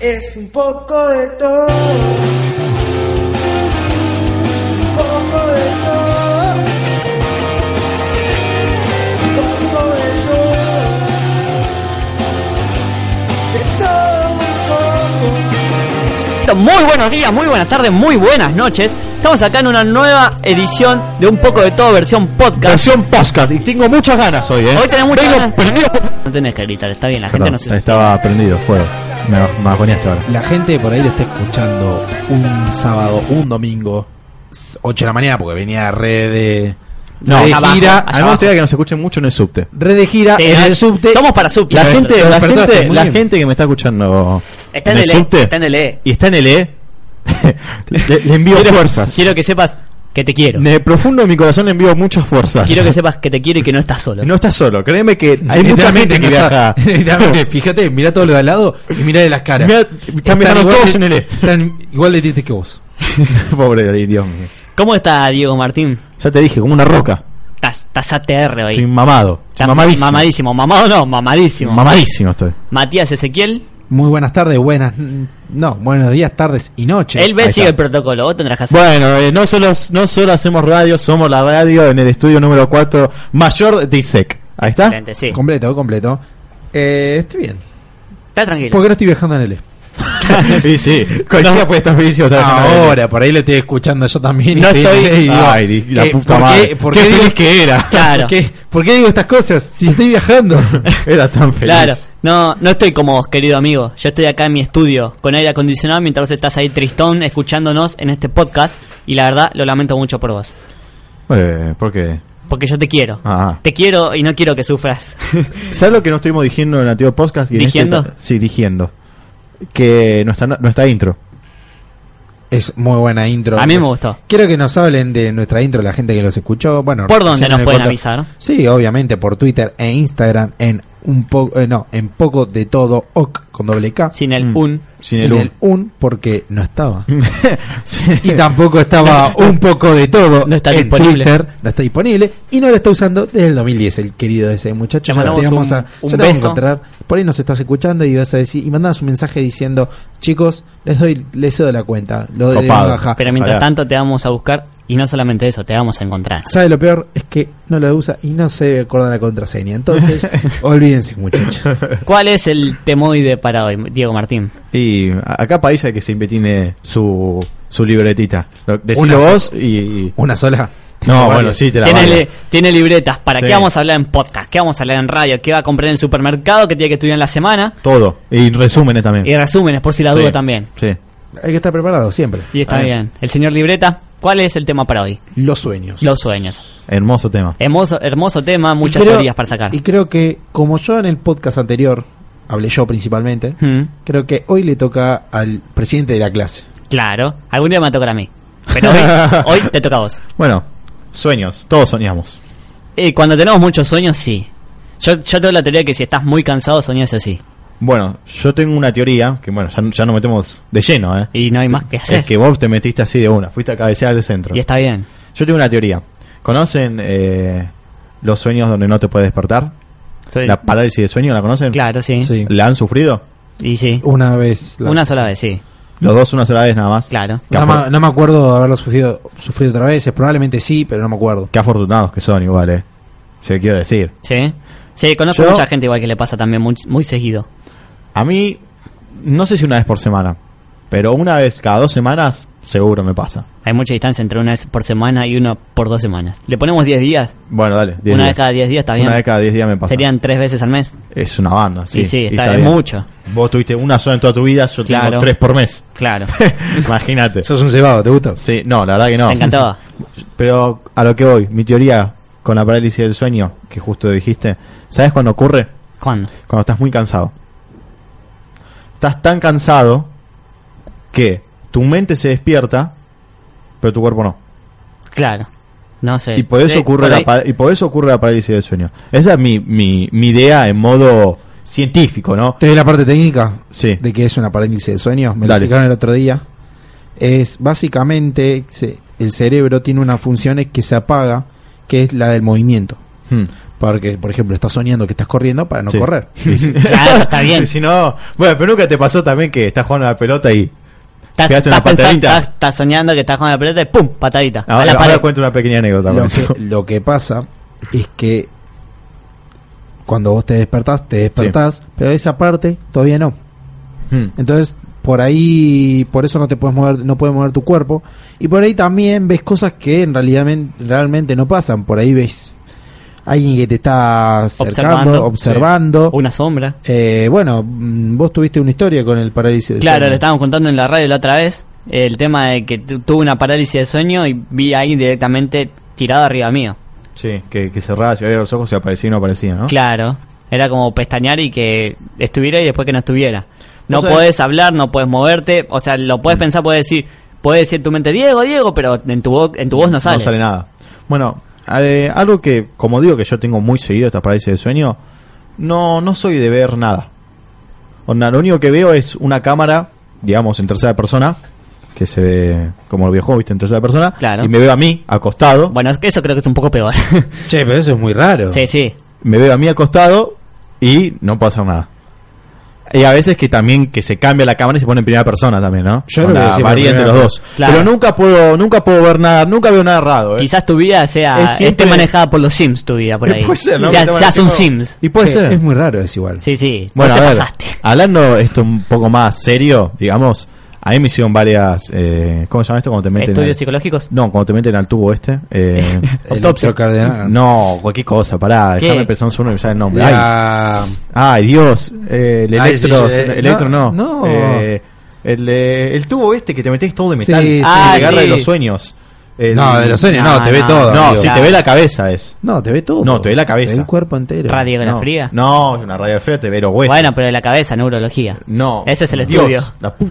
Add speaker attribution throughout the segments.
Speaker 1: es un poco de todo. Un poco de todo. Un poco de todo. De todo un poco.
Speaker 2: Muy buenos días, muy buenas tardes, muy buenas noches. Estamos acá en una nueva edición de un poco de todo versión podcast.
Speaker 3: Versión podcast y tengo muchas ganas hoy, ¿eh?
Speaker 2: Hoy tenés muchas
Speaker 3: Vengo
Speaker 2: ganas.
Speaker 3: prendido por-
Speaker 2: No tenés que gritar, está bien, la gente
Speaker 3: Perdón,
Speaker 2: no se...
Speaker 3: estaba prendido, fuego. Me baj- me bajoneaste ahora.
Speaker 4: La gente por ahí lo está escuchando un sábado, un domingo, s- 8 de la mañana, porque venía red de,
Speaker 3: No,
Speaker 4: red
Speaker 3: allá
Speaker 4: de
Speaker 2: abajo,
Speaker 3: A
Speaker 4: gira,
Speaker 3: mí me
Speaker 2: abajo.
Speaker 3: gustaría que nos escuchen mucho en el subte.
Speaker 4: red de gira
Speaker 3: Ah,
Speaker 4: eh,
Speaker 2: Sí,
Speaker 4: en
Speaker 2: no,
Speaker 4: el subte.
Speaker 2: Somos para subte.
Speaker 3: La
Speaker 4: Perfecto.
Speaker 3: gente, la
Speaker 4: Despertaste,
Speaker 3: gente,
Speaker 4: muy
Speaker 3: la
Speaker 4: bien.
Speaker 3: gente que me está escuchando
Speaker 2: Está en
Speaker 3: el,
Speaker 2: el E,
Speaker 3: subte
Speaker 2: está en el E.
Speaker 3: y está en el E, le, le envío fuerzas.
Speaker 2: Quiero que sepas que te quiero.
Speaker 3: De profundo de mi corazón le envío muchas fuerzas.
Speaker 2: Quiero que sepas que te quiero y que no estás solo.
Speaker 3: No estás solo, créeme que hay mucha gente que viaja.
Speaker 4: Literalmente, fíjate, mirá todo lo de al lado y mirá las caras.
Speaker 3: Mirá, están mirando
Speaker 4: igual
Speaker 3: todos
Speaker 4: de-
Speaker 3: en el E.
Speaker 4: Están igual de tristes que vos.
Speaker 3: Pobre, Dios mío.
Speaker 2: ¿Cómo está Diego Martín?
Speaker 3: Ya te dije, como una roca.
Speaker 2: Estás estás ATR hoy.
Speaker 3: Estoy mamado.
Speaker 2: Estás
Speaker 3: mamadísimo.
Speaker 2: mamadísimo. Mamado no, mamadísimo.
Speaker 3: Mamadísimo estoy.
Speaker 2: Matías Ezequiel,
Speaker 4: Muy buenas tardes, buenas. No, buenos días, tardes y noches.
Speaker 2: él
Speaker 3: ahí
Speaker 2: ve
Speaker 3: está.
Speaker 2: sigue el protocolo, vos tendrás que hacer.
Speaker 3: Bueno, eh, no, solo, no solo hacemos radio, somos la radio en el estudio número 4 mayor de ISEC. Ahí está.
Speaker 2: Excelente, sí.
Speaker 4: Completo, completo. Eh, estoy bien.
Speaker 2: Está tranquilo.
Speaker 4: Porque no estoy viajando en el E.
Speaker 3: y sí, cualquiera puede estar feliz
Speaker 4: Ahora, por ahí lo estoy escuchando yo también. y
Speaker 2: No
Speaker 4: en
Speaker 2: estoy-
Speaker 4: el E y digo,
Speaker 3: Ay, di- la
Speaker 4: eh,
Speaker 3: puta
Speaker 4: ¿por
Speaker 3: madre.
Speaker 4: qué- por
Speaker 3: qué
Speaker 4: qué digo-
Speaker 3: feliz que era.
Speaker 2: Claro.
Speaker 4: ¿Por qué, por qué digo estas cosas? Si estoy viajando.
Speaker 3: Era tan feliz.
Speaker 2: Claro, no, no estoy como vos, querido amigo. Yo estoy acá en mi estudio con aire acondicionado mientras vos estás ahí tristón escuchándonos en este podcast y la verdad lo lamento mucho por vos.
Speaker 3: Eh, ¿Por qué?
Speaker 2: Porque yo te quiero.
Speaker 3: Ah.
Speaker 2: Te quiero y no quiero que sufras.
Speaker 3: ¿Sabes lo que no estuvimos diciendo en el antiguo podcast? Y en este-
Speaker 2: ¿Digiendo?
Speaker 3: sí, diciendo. Que nuestra, nuestra intro.
Speaker 4: Es muy buena intro.
Speaker 2: A mí me gustó.
Speaker 4: Quiero que nos hablen de nuestra intro, la gente que los escuchó. Bueno,
Speaker 2: ¿Por dónde
Speaker 4: recién
Speaker 2: nos
Speaker 4: en el
Speaker 2: pueden
Speaker 4: podcast-
Speaker 2: avisar?
Speaker 4: Sí, obviamente por Twitter e Instagram en un poco, eh, no, en poco de todo ok con doble K.
Speaker 2: Sin el
Speaker 3: Mm.
Speaker 2: un.
Speaker 3: Sin el un.
Speaker 4: un porque no estaba.
Speaker 3: Sí.
Speaker 4: Y tampoco estaba un poco de todo.
Speaker 2: No está
Speaker 4: en
Speaker 2: disponible.
Speaker 4: Twitter, no está disponible. Y no lo está usando desde el 2010, el querido ese muchacho.
Speaker 2: Le
Speaker 4: Ya
Speaker 2: mandamos
Speaker 4: te vamos
Speaker 2: un-
Speaker 4: a,
Speaker 2: un
Speaker 4: ya te vamos a
Speaker 2: beso.
Speaker 4: encontrar. Por ahí nos estás escuchando y vas a decir, y mandanos un mensaje diciendo, chicos, les doy, les cedo la cuenta. Lo de
Speaker 3: Copado.
Speaker 4: baja.
Speaker 2: Pero mientras
Speaker 3: Ah, Pará.
Speaker 2: tanto te vamos a buscar y no solamente eso, te vamos a encontrar.
Speaker 4: ¿Sabe lo peor? Es que no lo usa y no se acuerda la contraseña. Entonces, olvídense, muchachos.
Speaker 2: ¿Cuál es el temoide para hoy, Diego Martín?
Speaker 3: Y a- acá país hay que siempre tiene su, su libretita. Lo- Decilo
Speaker 4: Una
Speaker 3: vos y. y-
Speaker 4: Una sola.
Speaker 3: No, bueno, sí, te la
Speaker 2: Tiene,
Speaker 3: valgo.
Speaker 2: li- tiene libretas. ¿Para
Speaker 3: Sí.
Speaker 2: qué vamos a hablar en podcast? ¿Qué vamos a hablar en radio? ¿Qué va a comprar en el supermercado? ¿Qué tiene que estudiar en la semana?
Speaker 3: Todo. Y resúmenes también.
Speaker 2: Y resúmenes, por si la
Speaker 3: Sí,
Speaker 2: duda también.
Speaker 3: Sí.
Speaker 4: Hay que estar preparado siempre.
Speaker 2: Y está
Speaker 3: Ah.
Speaker 2: bien. El señor Libreta, ¿cuál es el tema para hoy?
Speaker 4: Los sueños.
Speaker 2: Los sueños.
Speaker 3: Hermoso tema.
Speaker 2: Hermoso, hermoso tema, muchas
Speaker 4: Y creo-
Speaker 2: teorías para sacar.
Speaker 4: Y creo que, como yo en el podcast anterior, hablé yo principalmente,
Speaker 2: Mm,
Speaker 4: creo que hoy le toca al presidente de la clase.
Speaker 2: claro. Algún día me va a tocar a mí. Pero hoy, hoy te toca a vos.
Speaker 3: Bueno, sueños. Todos soñamos.
Speaker 2: Y cuando tenemos muchos sueños, sí. Yo, yo tengo la teoría que si estás muy cansado, soñás así.
Speaker 3: Bueno, yo tengo una teoría que, bueno, ya, no- ya nos metemos de lleno, ¿eh?
Speaker 2: Y no hay más que hacer.
Speaker 3: Es que vos te metiste así de una. Fuiste a cabecear al centro.
Speaker 2: Y está bien.
Speaker 3: Yo tengo una teoría. ¿Conocen eh, los sueños donde no te puedes despertar?
Speaker 2: Sí.
Speaker 3: La parálisis de sueño, ¿la conocen?
Speaker 2: Claro, sí.
Speaker 4: Sí.
Speaker 3: ¿La han sufrido?
Speaker 2: Y sí.
Speaker 4: Una vez. la-
Speaker 2: Una sola vez, sí.
Speaker 3: Los dos una sola vez nada más.
Speaker 2: Claro.
Speaker 3: Qué,
Speaker 4: no,
Speaker 3: afor-
Speaker 4: ma- no me acuerdo de haberlo sufrido, sufrido otra vez. Probablemente sí, pero no me acuerdo.
Speaker 3: qué afortunados que son igual, ¿eh? Yo quiero decir.
Speaker 2: Sí. Sí, conozco
Speaker 3: Yo-
Speaker 2: mucha gente igual que le pasa también muy, muy seguido.
Speaker 3: A mí, no sé si una vez por semana, pero una vez cada dos semanas seguro me pasa.
Speaker 2: Hay mucha distancia entre una vez por semana y una por dos semanas. Le ponemos 10 días.
Speaker 3: Bueno, dale. diez
Speaker 2: una
Speaker 3: días.
Speaker 2: vez cada 10 días, está bien.
Speaker 3: Una vez cada diez días me pasa.
Speaker 2: Serían tres veces al mes.
Speaker 3: Es una banda, sí.
Speaker 2: Y sí,
Speaker 3: y
Speaker 2: está bien, mucho.
Speaker 3: Vos tuviste una sola en toda tu vida, yo
Speaker 2: Claro.
Speaker 3: tengo tres por mes.
Speaker 2: Claro.
Speaker 3: Imagínate.
Speaker 4: Sos un cebado, ¿te gusta?
Speaker 3: Sí, no, la verdad que no.
Speaker 2: Te encantaba.
Speaker 3: Pero a lo que voy, mi teoría con la parálisis del sueño, que justo dijiste, ¿sabes cuándo ocurre?
Speaker 2: ¿Cuándo?
Speaker 3: Cuando estás muy cansado. Estás tan cansado que tu mente se despierta, pero tu cuerpo no.
Speaker 2: Claro. No sé.
Speaker 3: Y por eso
Speaker 2: Sí,
Speaker 3: ocurre la
Speaker 2: ahí-
Speaker 3: pa- y por eso ocurre la parálisis del sueño. Esa es mi, mi, mi idea en modo científico, ¿no?
Speaker 4: Te doy la parte técnica
Speaker 3: Sí.
Speaker 4: de que es una parálisis de sueño. Me lo
Speaker 3: Dale.
Speaker 4: explicaron el otro día. Es básicamente se- el cerebro tiene una función es que se apaga, que es la del movimiento.
Speaker 3: Hmm.
Speaker 4: Porque, por ejemplo, estás soñando que estás corriendo para no
Speaker 3: Sí.
Speaker 4: correr.
Speaker 3: Sí, sí.
Speaker 2: Claro, está bien.
Speaker 3: Sí, si no, bueno, pero nunca te pasó también que estás jugando a la pelota y
Speaker 2: Estás,
Speaker 3: Pegaste
Speaker 2: estás
Speaker 3: una
Speaker 2: pensando,
Speaker 3: patadita.
Speaker 2: estás, estás soñando que estás con la pelota y ¡pum! Patadita. a
Speaker 3: ahora,
Speaker 2: la
Speaker 3: ahora
Speaker 2: pared.
Speaker 3: cuento una pequeña anécdota con
Speaker 4: Lo
Speaker 3: eso.
Speaker 4: que, lo que pasa es que cuando vos te despertás, te despertás, pero esa parte todavía no.
Speaker 3: Hmm.
Speaker 4: Entonces, por ahí, por eso no te puedes mover, no puedes mover tu cuerpo. Y por ahí también ves cosas que en realidad men- realmente no pasan. Por ahí ves alguien que te está acercando,
Speaker 2: Observando.
Speaker 4: observando.
Speaker 2: Una sombra.
Speaker 4: Eh, bueno, mm, vos tuviste una historia con el parálisis. de
Speaker 2: Claro,
Speaker 4: sueño.
Speaker 2: le estábamos contando en la radio la otra vez el tema de que tu- tuve una parálisis de sueño y vi ahí directamente tirado arriba mío.
Speaker 3: Sí, que, que cerraba, se abría los ojos y aparecía y no aparecía, ¿no?
Speaker 2: Claro, era como pestañear y que estuviera y después que no estuviera. No
Speaker 3: Vos sabés- Mm.
Speaker 2: podés hablar, no podés moverte, o sea, lo podés pensar, podés decir, podés decir en tu mente Diego, Diego, pero en tu, vo- en tu voz no sale.
Speaker 3: No sale nada. Bueno, eh, algo que, como digo, que yo tengo muy seguido estas parálisis de sueño, no, no soy de ver nada. Onda, lo único que veo es una cámara, digamos, en tercera persona, que se ve como el viejo, viste, en tercera persona,
Speaker 2: Claro.
Speaker 3: y me veo a mí acostado,
Speaker 2: Bueno, es que eso creo que es un poco peor.
Speaker 4: Che, pero eso es muy raro.
Speaker 2: sí, sí.
Speaker 3: me veo a mí acostado y no pasa nada. Y a veces que también que se cambia la cámara y se pone en primera persona también, ¿no?
Speaker 4: Yo lo
Speaker 3: Onda,
Speaker 4: veo siempre
Speaker 3: varía
Speaker 4: en
Speaker 3: entre los
Speaker 4: primera
Speaker 3: dos.
Speaker 2: Claro.
Speaker 3: Pero nunca puedo, nunca puedo ver nada, nunca veo nada raro, ¿eh?
Speaker 2: Quizás tu vida sea
Speaker 3: Es siempre-
Speaker 2: esté manejada por los Sims, tu vida por ahí.
Speaker 3: Puede ser, ¿no?
Speaker 2: Seas-
Speaker 3: Que te van
Speaker 2: seas un
Speaker 3: haciendo-
Speaker 2: Sims.
Speaker 3: Y puede
Speaker 4: Che,
Speaker 3: ser.
Speaker 4: Es muy raro, es igual.
Speaker 2: Sí, sí.
Speaker 3: Bueno,
Speaker 2: vos
Speaker 3: a
Speaker 2: te
Speaker 3: ver,
Speaker 2: pasaste.
Speaker 3: hablando esto un poco más serio, digamos, a mí me hicieron varias. Eh, ¿Cómo se llama esto? Cuando te meten.
Speaker 2: Estudios
Speaker 3: al-
Speaker 2: psicológicos.
Speaker 3: no, cuando te meten al tubo este. eh,
Speaker 4: El
Speaker 2: Autopsia.
Speaker 4: electrocardiograma.
Speaker 3: no, cualquier cosa, pará,
Speaker 2: ¿Qué?
Speaker 3: déjame pensar un segundo y me sale el nombre. Ay,
Speaker 4: La-
Speaker 3: ay, Dios, eh, el
Speaker 4: Ay, sí,
Speaker 3: electro,
Speaker 4: sí,
Speaker 3: el
Speaker 4: eh,
Speaker 3: electro no.
Speaker 4: no, no.
Speaker 3: Eh, el, eh, el tubo este que te metes todo de metal.
Speaker 4: Sí, sí.
Speaker 2: Ah,
Speaker 3: el de garra
Speaker 2: sí.
Speaker 3: de los sueños. El-
Speaker 4: No, de los sueños, no,
Speaker 2: No,
Speaker 4: te ve
Speaker 2: no.
Speaker 4: todo.
Speaker 3: No,
Speaker 4: amigo.
Speaker 3: si te ve la cabeza es.
Speaker 4: No, te ve todo.
Speaker 3: No, te ve la cabeza.
Speaker 4: el cuerpo entero.
Speaker 2: Radiografía.
Speaker 3: No, no, es una radiografía te ve los huesos.
Speaker 2: Bueno, pero de la cabeza, neurología.
Speaker 3: Pues. No.
Speaker 2: Ese es el
Speaker 3: Dios,
Speaker 2: estudio.
Speaker 3: la pu-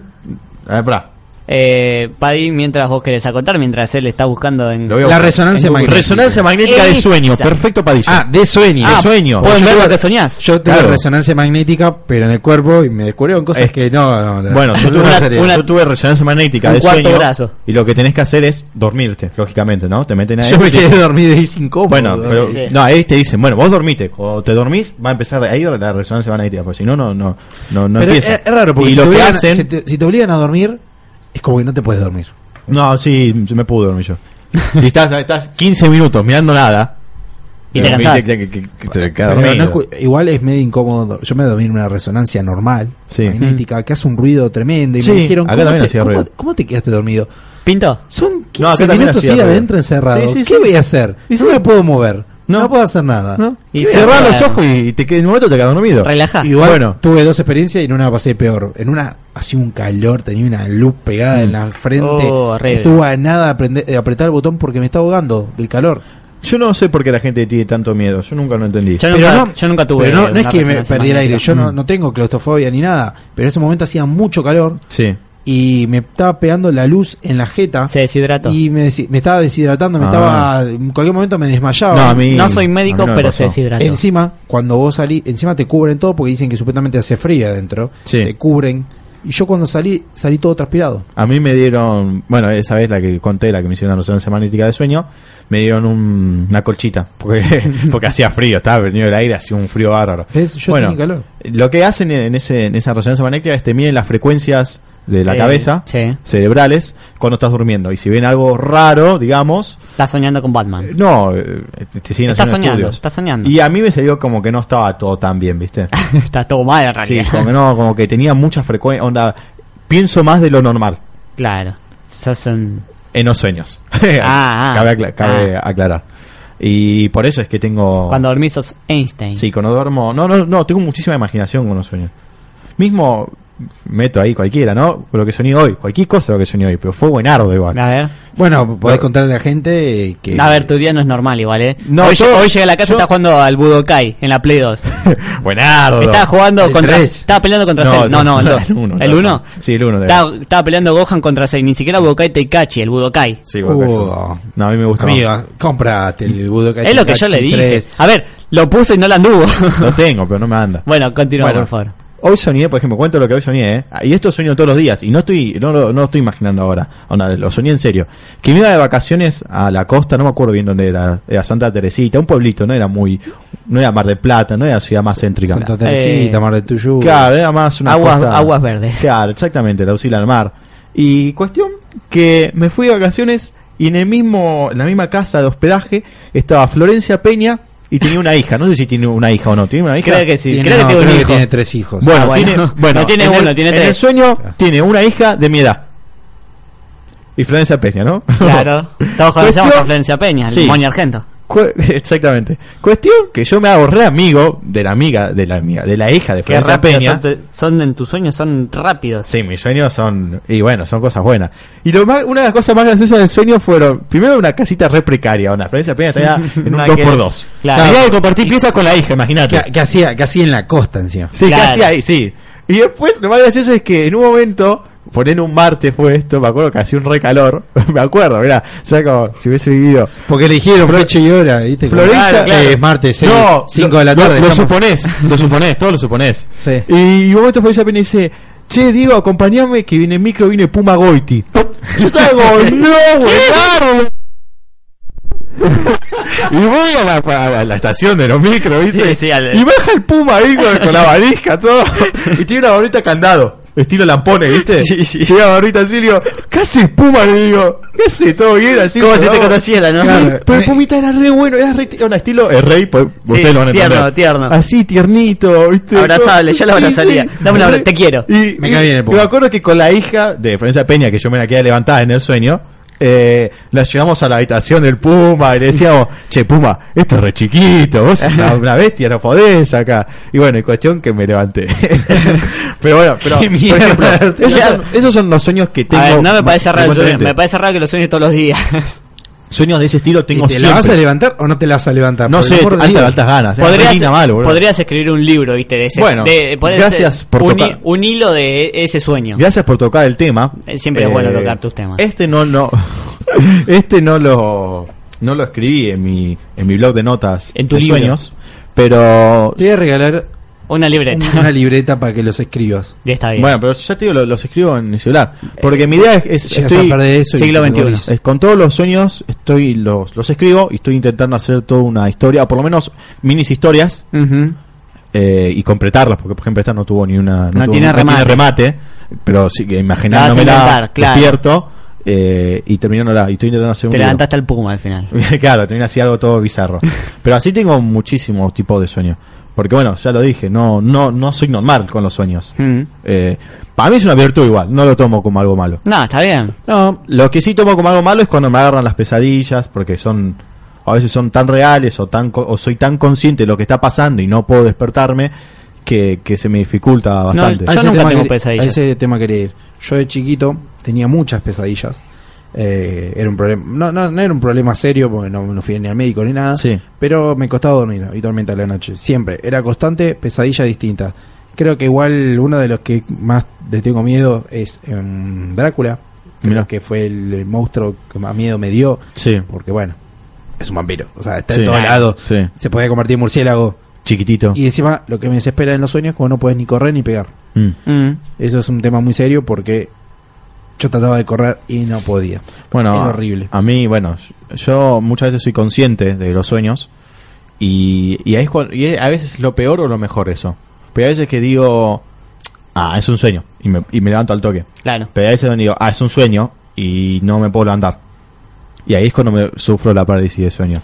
Speaker 3: A ver, pará.
Speaker 2: Eh, Paddy, mientras vos querés acotar, mientras él está buscando en...
Speaker 3: Lo veo.
Speaker 4: La resonancia
Speaker 3: En Google.
Speaker 4: magnética.
Speaker 3: Resonancia magnética de
Speaker 2: Esa.
Speaker 3: sueño. Perfecto, Padilla.
Speaker 4: Ah, de sueño.
Speaker 3: Ah,
Speaker 4: de sueño.
Speaker 3: ¿pueden
Speaker 2: ¿Pueden
Speaker 3: ver
Speaker 2: ver
Speaker 3: lo
Speaker 2: lo que soñás?
Speaker 4: Yo tengo
Speaker 3: Claro.
Speaker 4: resonancia magnética, pero en el cuerpo y me descubrieron cosas
Speaker 3: Es-
Speaker 4: que no. no, no.
Speaker 3: bueno, yo tuve,
Speaker 2: Una-
Speaker 3: serie.
Speaker 2: una-
Speaker 3: yo tuve resonancia magnética
Speaker 2: un
Speaker 3: de
Speaker 2: cuarto
Speaker 3: sueño.
Speaker 2: brazo.
Speaker 3: Y lo que tenés que hacer es dormirte, lógicamente, ¿no? Te meten ahí.
Speaker 4: yo me quedé dormido y sin cómodo.
Speaker 3: Bueno, pero,
Speaker 2: Sí.
Speaker 3: no, ahí te dicen, bueno, vos dormite. Cuando te dormís, va a empezar ahí la resonancia magnética. Porque si no, no, no, no, no
Speaker 4: Pero es,
Speaker 3: empieza.
Speaker 4: es raro porque
Speaker 3: y
Speaker 4: si,
Speaker 3: lo
Speaker 4: te
Speaker 3: que
Speaker 4: obligan,
Speaker 3: hacen.
Speaker 4: si te, si te obligan a dormir, es como que no te puedes dormir.
Speaker 3: No, sí, me pudo dormir yo. Y estás, estás 15 minutos mirando nada. Eh,
Speaker 2: Y te cansás.
Speaker 3: Que- que- que- que te quedas
Speaker 4: Pero no
Speaker 3: dormido.
Speaker 4: escu- igual es medio incómodo. do- Yo me dormí en una resonancia normal,
Speaker 3: Sí.
Speaker 4: magnética, que hace un ruido tremendo. Y
Speaker 3: Sí,
Speaker 4: me dijeron,
Speaker 3: acá
Speaker 4: ¿cómo
Speaker 3: también
Speaker 4: te,
Speaker 3: hacía
Speaker 4: cómo,
Speaker 3: ruido.
Speaker 4: cómo te quedaste dormido?
Speaker 2: ¿Pinto?
Speaker 4: Son
Speaker 3: No, acá
Speaker 4: 15
Speaker 3: también
Speaker 4: minutos
Speaker 3: hacía
Speaker 4: y
Speaker 3: ruido.
Speaker 4: adentro encerrado.
Speaker 3: Sí, sí,
Speaker 4: ¿Qué
Speaker 3: sí.
Speaker 4: voy a hacer?
Speaker 3: Y
Speaker 4: no
Speaker 3: sí.
Speaker 4: me puedo mover.
Speaker 3: No.
Speaker 4: No, puedo hacer nada.
Speaker 3: ¿No?
Speaker 2: Y
Speaker 3: Cerrá
Speaker 2: cerrar
Speaker 3: los ojos y te quedas en un momento te quedas dormido.
Speaker 2: Relaja.
Speaker 4: Igual
Speaker 3: Bueno.
Speaker 4: tuve dos experiencias y en una la pasé peor. En una hacía un calor, tenía una luz pegada
Speaker 3: Mm.
Speaker 4: en la frente.
Speaker 2: Oh, horrible.
Speaker 4: Estuvo a nada de aprender- de apretar el botón porque me estaba ahogando del calor.
Speaker 3: Yo no sé por qué la gente tiene tanto miedo, yo nunca lo entendí.
Speaker 2: Yo nunca, yo nunca tuve...
Speaker 4: pero no, no es
Speaker 2: una
Speaker 4: que me
Speaker 2: resonancia
Speaker 4: perdí el aire,
Speaker 2: magnética.
Speaker 4: yo no,
Speaker 3: Mm.
Speaker 4: no tengo claustrofobia ni nada, pero en ese momento hacía mucho calor
Speaker 3: Sí.
Speaker 4: y me estaba pegando la luz en la jeta
Speaker 2: Se deshidrató.
Speaker 4: y me, desi- me estaba deshidratando, me
Speaker 3: Ah.
Speaker 4: estaba en cualquier momento me desmayaba.
Speaker 3: No, a mí-
Speaker 2: No soy
Speaker 3: a
Speaker 2: médico,
Speaker 3: mí no me
Speaker 2: pero
Speaker 3: pasó.
Speaker 2: se deshidrató.
Speaker 4: Encima, cuando vos salís, encima te cubren todo porque dicen que supuestamente hace frío adentro.
Speaker 3: Sí.
Speaker 4: Te cubren. Y yo cuando salí, salí todo transpirado.
Speaker 3: A mí me dieron, bueno, esa vez la que conté, la que me hicieron la resonancia magnética de sueño, me dieron un- una colchita, porque, porque hacía frío, estaba venido el aire, hacía un frío bárbaro.
Speaker 4: ¿Ves? Yo tenía calor.
Speaker 3: Lo que hacen en, ese, en esa resonancia magnética es te miden las frecuencias de la
Speaker 2: Eh,
Speaker 3: cabeza,
Speaker 2: sí.
Speaker 3: cerebrales, cuando estás durmiendo. Y si ven algo raro, digamos,
Speaker 2: Estás soñando con Batman.
Speaker 3: no, eh, te siguen
Speaker 2: Estás
Speaker 3: haciendo
Speaker 2: soñando,
Speaker 3: estudios.
Speaker 2: estás soñando.
Speaker 3: Y a mí me salió como que no estaba todo tan bien, ¿viste?
Speaker 2: Estás todo mal en
Speaker 3: Sí,
Speaker 2: realidad.
Speaker 3: como que no, como que tenía mucha frecuencia, onda, pienso más de lo normal
Speaker 2: Claro. Sos un...
Speaker 3: en los sueños.
Speaker 2: Ah, ah.
Speaker 3: cabe acla- cabe aclarar. Y por eso es que tengo...
Speaker 2: Cuando dormís sos Einstein.
Speaker 3: Oh. Sí, cuando duermo... No, no, no, tengo muchísima imaginación con los sueños. Mismo meto ahí cualquiera, ¿no? Lo que soñé hoy, cualquier cosa lo que soñé hoy, pero fue buenardo igual.
Speaker 2: A ver.
Speaker 4: Bueno, podés
Speaker 3: Pero-
Speaker 4: contarle a la gente eh, que.
Speaker 2: A ver, tu día no es normal igual, ¿eh?
Speaker 3: No,
Speaker 2: hoy,
Speaker 3: yo-
Speaker 2: lle- hoy llegué a la casa
Speaker 3: yo-
Speaker 2: y está jugando al Budokai en la Play 2.
Speaker 3: buenardo.
Speaker 2: Estaba jugando
Speaker 4: El
Speaker 2: contra...
Speaker 4: tres.
Speaker 2: Estaba peleando contra Cell. No, no, el 2.
Speaker 3: uno,
Speaker 2: ¿El
Speaker 3: no,
Speaker 2: 1?
Speaker 3: Sí, el uno. de-
Speaker 2: Estaba, estaba peleando Gohan contra Cell. Ni siquiera Budokai Teikachi, el Budokai.
Speaker 3: Sí, igual que eso.
Speaker 4: Uh.
Speaker 3: No, a mí me gusta más.
Speaker 4: Amiga, comprate el Budokai
Speaker 2: Es lo que yo le
Speaker 4: Tenkaichi
Speaker 2: dije.
Speaker 4: 3.
Speaker 2: A ver, lo puso y no la anduvo.
Speaker 3: Lo tengo, pero no me anda.
Speaker 2: bueno, continúa,
Speaker 3: Bueno.
Speaker 2: por favor.
Speaker 3: Hoy soñé, por ejemplo, cuento lo que hoy soñé, ¿eh? Ah, y esto sueño todos los días, y no estoy no, lo- no lo estoy imaginando ahora, Onda, lo soñé en serio. Que me iba de vacaciones a la costa, no me acuerdo bien dónde era, era Santa Teresita, un pueblito, no era muy, no era Mar del Plata, no era la ciudad más céntrica.
Speaker 4: Santa Teresita,
Speaker 2: Eh,
Speaker 4: Mar del Tuyú.
Speaker 3: Claro, era más una
Speaker 2: Aguas-
Speaker 3: costa-
Speaker 2: aguas verdes.
Speaker 3: Claro, exactamente, la auxilia al mar. Y cuestión que me fui de vacaciones y en el mismo, en la misma casa de hospedaje estaba Florencia Peña y tenía una hija. No sé si tiene una hija o no. ¿Tiene una hija?
Speaker 2: Creo que sí,
Speaker 4: Tiene,
Speaker 2: creo
Speaker 4: no,
Speaker 2: que
Speaker 4: creo
Speaker 2: tiene un
Speaker 4: que
Speaker 2: hijo.
Speaker 4: tiene tres hijos.
Speaker 3: Bueno,
Speaker 2: Ah, bueno.
Speaker 3: tiene, bueno,
Speaker 2: No tiene
Speaker 3: en el-
Speaker 2: uno, tiene
Speaker 3: en
Speaker 2: tres.
Speaker 3: el sueño tiene una hija de mi edad. Y Florencia Peña, ¿no?
Speaker 2: Claro. Todos conocemos
Speaker 3: Cuestión-
Speaker 2: a Florencia Peña,
Speaker 3: Sí.
Speaker 2: el Moni Argento.
Speaker 3: Cu- Exactamente. Cuestión que yo me hago re amigo de la amiga, de la amiga, de la hija de
Speaker 2: Qué
Speaker 3: Florencia
Speaker 2: rápido
Speaker 3: Peña.
Speaker 2: son, te- son en tus sueños, son rápidos.
Speaker 3: Sí, mis sueños son. Y bueno, son cosas buenas. Y lo más, una de las cosas más graciosas del sueño fueron. Primero, una casita re precaria. Una Florencia Peña estaba en un
Speaker 2: Una
Speaker 3: 2x2.
Speaker 2: que- claro.
Speaker 3: Tenía que compartir piezas con la hija, imagínate.
Speaker 4: Que, que hacía, que hacía en la costa encima.
Speaker 3: Sí,
Speaker 2: Claro.
Speaker 3: casi ahí, sí. Y después, lo más gracioso es que en un momento, poner un martes fue esto, me acuerdo que hacía un recalor, me acuerdo, mirá, o sea, como si hubiese vivido.
Speaker 4: Porque le dijeron fecha y hora, ¿viste? Como,
Speaker 3: Florencia,
Speaker 4: "Claro, claro, es martes, eh,
Speaker 3: no,
Speaker 4: cinco
Speaker 3: lo-
Speaker 4: de la
Speaker 3: lo-
Speaker 4: tarde.
Speaker 3: Lo,
Speaker 4: estamos-
Speaker 3: suponés, lo suponés, todo lo suponés.
Speaker 4: Sí.
Speaker 3: Y un momento fue esa pena y dice, che, Diego, acompañame que viene en micro, viene Puma Goiti. Yo estaba como, no, güey, claro. Y voy a la, a la- a la estación de los micros, ¿viste?
Speaker 2: Sí, sí, al-
Speaker 3: Y baja el Puma ahí con, con la valija, todo. Y tiene una barrita candado, estilo lampone, ¿viste?
Speaker 2: Sí, sí.
Speaker 3: Tiene una barrita así, le digo, ¿qué hace Puma? Le digo, ¿qué hace? ¿Todo bien? Así,
Speaker 2: Como
Speaker 3: nos
Speaker 2: si te
Speaker 3: vamos.
Speaker 2: conociera, ¿no?
Speaker 3: Sí,
Speaker 4: Claro.
Speaker 3: pero el Pumita era re bueno, era re, era un estilo, el rey, pues, ustedes lo van a entender.
Speaker 2: tierno, tierno.
Speaker 3: Así, tiernito, ¿viste?
Speaker 2: Abrazable, yo lo abrazaría. Dame un abrazo,
Speaker 3: Re-
Speaker 2: te quiero.
Speaker 3: Este, Y,
Speaker 4: Me
Speaker 3: y-
Speaker 4: cae bien el
Speaker 3: y
Speaker 4: Puma.
Speaker 3: me acuerdo que con la hija de Florencia Peña, que yo me la quedé levantada en el sueño, eh, la llevamos a la habitación del Puma y le decíamos, che, Puma, esto es re chiquito, vos sos una, una bestia, no podés acá. Y bueno, y cuestión que me levanté. pero bueno, pero,
Speaker 2: Qué
Speaker 3: por
Speaker 2: mierda.
Speaker 3: ejemplo, esos,
Speaker 2: Claro.
Speaker 3: son, esos son los sueños que
Speaker 2: A
Speaker 3: tengo.
Speaker 2: ver, no me parece raro el sueño,
Speaker 3: frecuentemente.
Speaker 2: me parece raro que lo sueñes todos los días.
Speaker 3: Sueños de ese estilo
Speaker 4: ¿Y
Speaker 3: tengo
Speaker 4: ¿Te la vas a
Speaker 3: siempre.
Speaker 4: levantar o no te la vas a levantar?
Speaker 3: No
Speaker 4: Por
Speaker 3: sé,
Speaker 4: el amor de
Speaker 3: altas,
Speaker 4: Dios.
Speaker 3: altas ganas. Era
Speaker 2: podrías,
Speaker 3: Regina Malo, boludo.
Speaker 2: podrías escribir un libro, viste, de ese
Speaker 3: Bueno,
Speaker 2: de- podrías
Speaker 3: gracias
Speaker 2: hacer
Speaker 3: por
Speaker 2: un,
Speaker 3: tocar.
Speaker 2: un hilo de ese sueño.
Speaker 3: Gracias por tocar el tema.
Speaker 2: Eh, siempre es bueno tocar tus temas.
Speaker 3: Este no, no. Este no lo. No lo escribí en mi, en mi blog de notas.
Speaker 2: En tu
Speaker 3: de
Speaker 2: libro.
Speaker 3: sueños. Pero.
Speaker 4: Te voy a regalar
Speaker 2: Una libreta.
Speaker 4: una libreta para que los escribas.
Speaker 2: Ya está bien.
Speaker 3: Bueno, pero ya te digo, lo- los escribo en el celular. Porque mi idea es. es-
Speaker 4: Llegas
Speaker 3: estoy-
Speaker 4: a perder eso y
Speaker 2: siglo
Speaker 4: te
Speaker 2: 21.
Speaker 4: morís.
Speaker 3: es- con todos los sueños estoy los, los escribo y estoy intentando hacer toda una historia, o por lo menos minis historias,
Speaker 2: Ujú.
Speaker 3: eh, y completarlas, porque por ejemplo esta no tuvo ni una.
Speaker 2: No
Speaker 3: tuvo-
Speaker 2: tiene remate.
Speaker 3: remate, pero sí que
Speaker 2: La vas a inventar,
Speaker 3: imaginándomela,
Speaker 2: claro.
Speaker 3: despierto eh, y terminándola. Y estoy intentando hacer un.
Speaker 2: Te
Speaker 3: libro.
Speaker 2: levantaste al puma al final.
Speaker 3: claro, termina así algo todo bizarro. Pero así tengo muchísimos tipos de sueños. Porque bueno, ya lo dije, no, no, no soy normal con los sueños.
Speaker 2: Mm.
Speaker 3: Eh, para mí es una virtud igual, no lo tomo como algo malo.
Speaker 2: No, está bien.
Speaker 3: No, lo que sí tomo como algo malo es cuando me agarran las pesadillas, porque son a veces son tan reales o tan co- o soy tan consciente de lo que está pasando y no puedo despertarme que, que se me dificulta bastante.
Speaker 2: Yo
Speaker 4: A ese
Speaker 2: nunca
Speaker 4: tema
Speaker 2: tengo
Speaker 4: quería-
Speaker 2: pesadillas.
Speaker 4: A ese tema quería ir. Yo de chiquito tenía muchas pesadillas. Eh, era un problema. No, no, no era un problema serio porque no, no fui ni al médico ni nada.
Speaker 3: Sí.
Speaker 4: Pero me costaba dormir y tormenta a la noche. Siempre. Era constante, pesadilla distinta. Creo que igual uno de los que más le tengo miedo es em, Drácula. Creo
Speaker 3: Mirá.
Speaker 4: que fue el, el monstruo que más miedo me dio.
Speaker 3: sí,
Speaker 4: Porque bueno, es un vampiro. O sea, está
Speaker 3: Sí.
Speaker 4: en todos lados.
Speaker 3: Sí.
Speaker 4: Se podía convertir en murciélago.
Speaker 3: chiquitito.
Speaker 4: Y encima lo que me desespera en los sueños es como no puedes ni correr ni pegar.
Speaker 3: Mm.
Speaker 2: Mm.
Speaker 4: Eso es un tema muy serio porque yo trataba de correr y no podía.
Speaker 3: Bueno,
Speaker 4: Era
Speaker 3: a-
Speaker 4: horrible.
Speaker 3: A mí, bueno, yo muchas veces soy consciente de los sueños y, y, ahí es cuan- y es- a veces lo peor o lo mejor eso. Pero hay veces que digo, ah, es un sueño y me, y me levanto al toque.
Speaker 2: Claro.
Speaker 3: Pero hay veces donde digo, ah, es un sueño y no me puedo levantar. Y ahí es cuando me sufro la parálisis de sueño.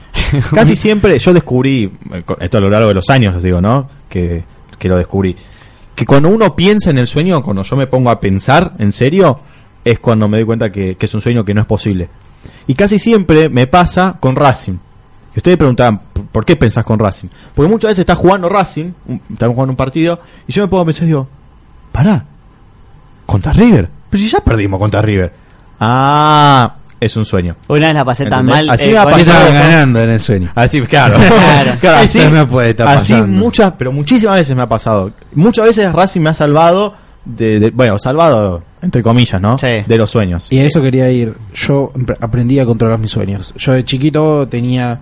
Speaker 3: Casi siempre yo descubrí, eh, co- esto a lo largo de los años, os digo, ¿no? Que, que lo descubrí. Que cuando uno piensa en el sueño, cuando yo me pongo a pensar en serio, es cuando me doy cuenta que, que es un sueño que no es posible. Y casi siempre me pasa con Racing. Y ustedes preguntaban, "¿Por- ¿por qué pensás con Racing? Porque muchas veces estás jugando Racing, un- estamos jugando un partido, y yo me pongo a pensar y digo, pará, contra River. Pero si ya perdimos contra River. Ah, es un sueño.
Speaker 2: Una vez la pasé tan
Speaker 3: ¿Entendés?
Speaker 2: mal. eh,
Speaker 3: Así me ha
Speaker 2: con-
Speaker 3: pasado.
Speaker 4: Estaban ganando en el sueño.
Speaker 3: Así, claro.
Speaker 2: Claro.
Speaker 3: así,
Speaker 4: Esto no puede estar
Speaker 3: así
Speaker 4: pasando.
Speaker 3: muchas, pero muchísimas veces me ha pasado. Muchas veces Racing me ha salvado de, de- bueno, salvado entre comillas, ¿no?
Speaker 2: Sí.
Speaker 3: De los sueños.
Speaker 4: Y a eso quería ir. Yo empre- aprendí a controlar mis sueños. Yo de chiquito tenía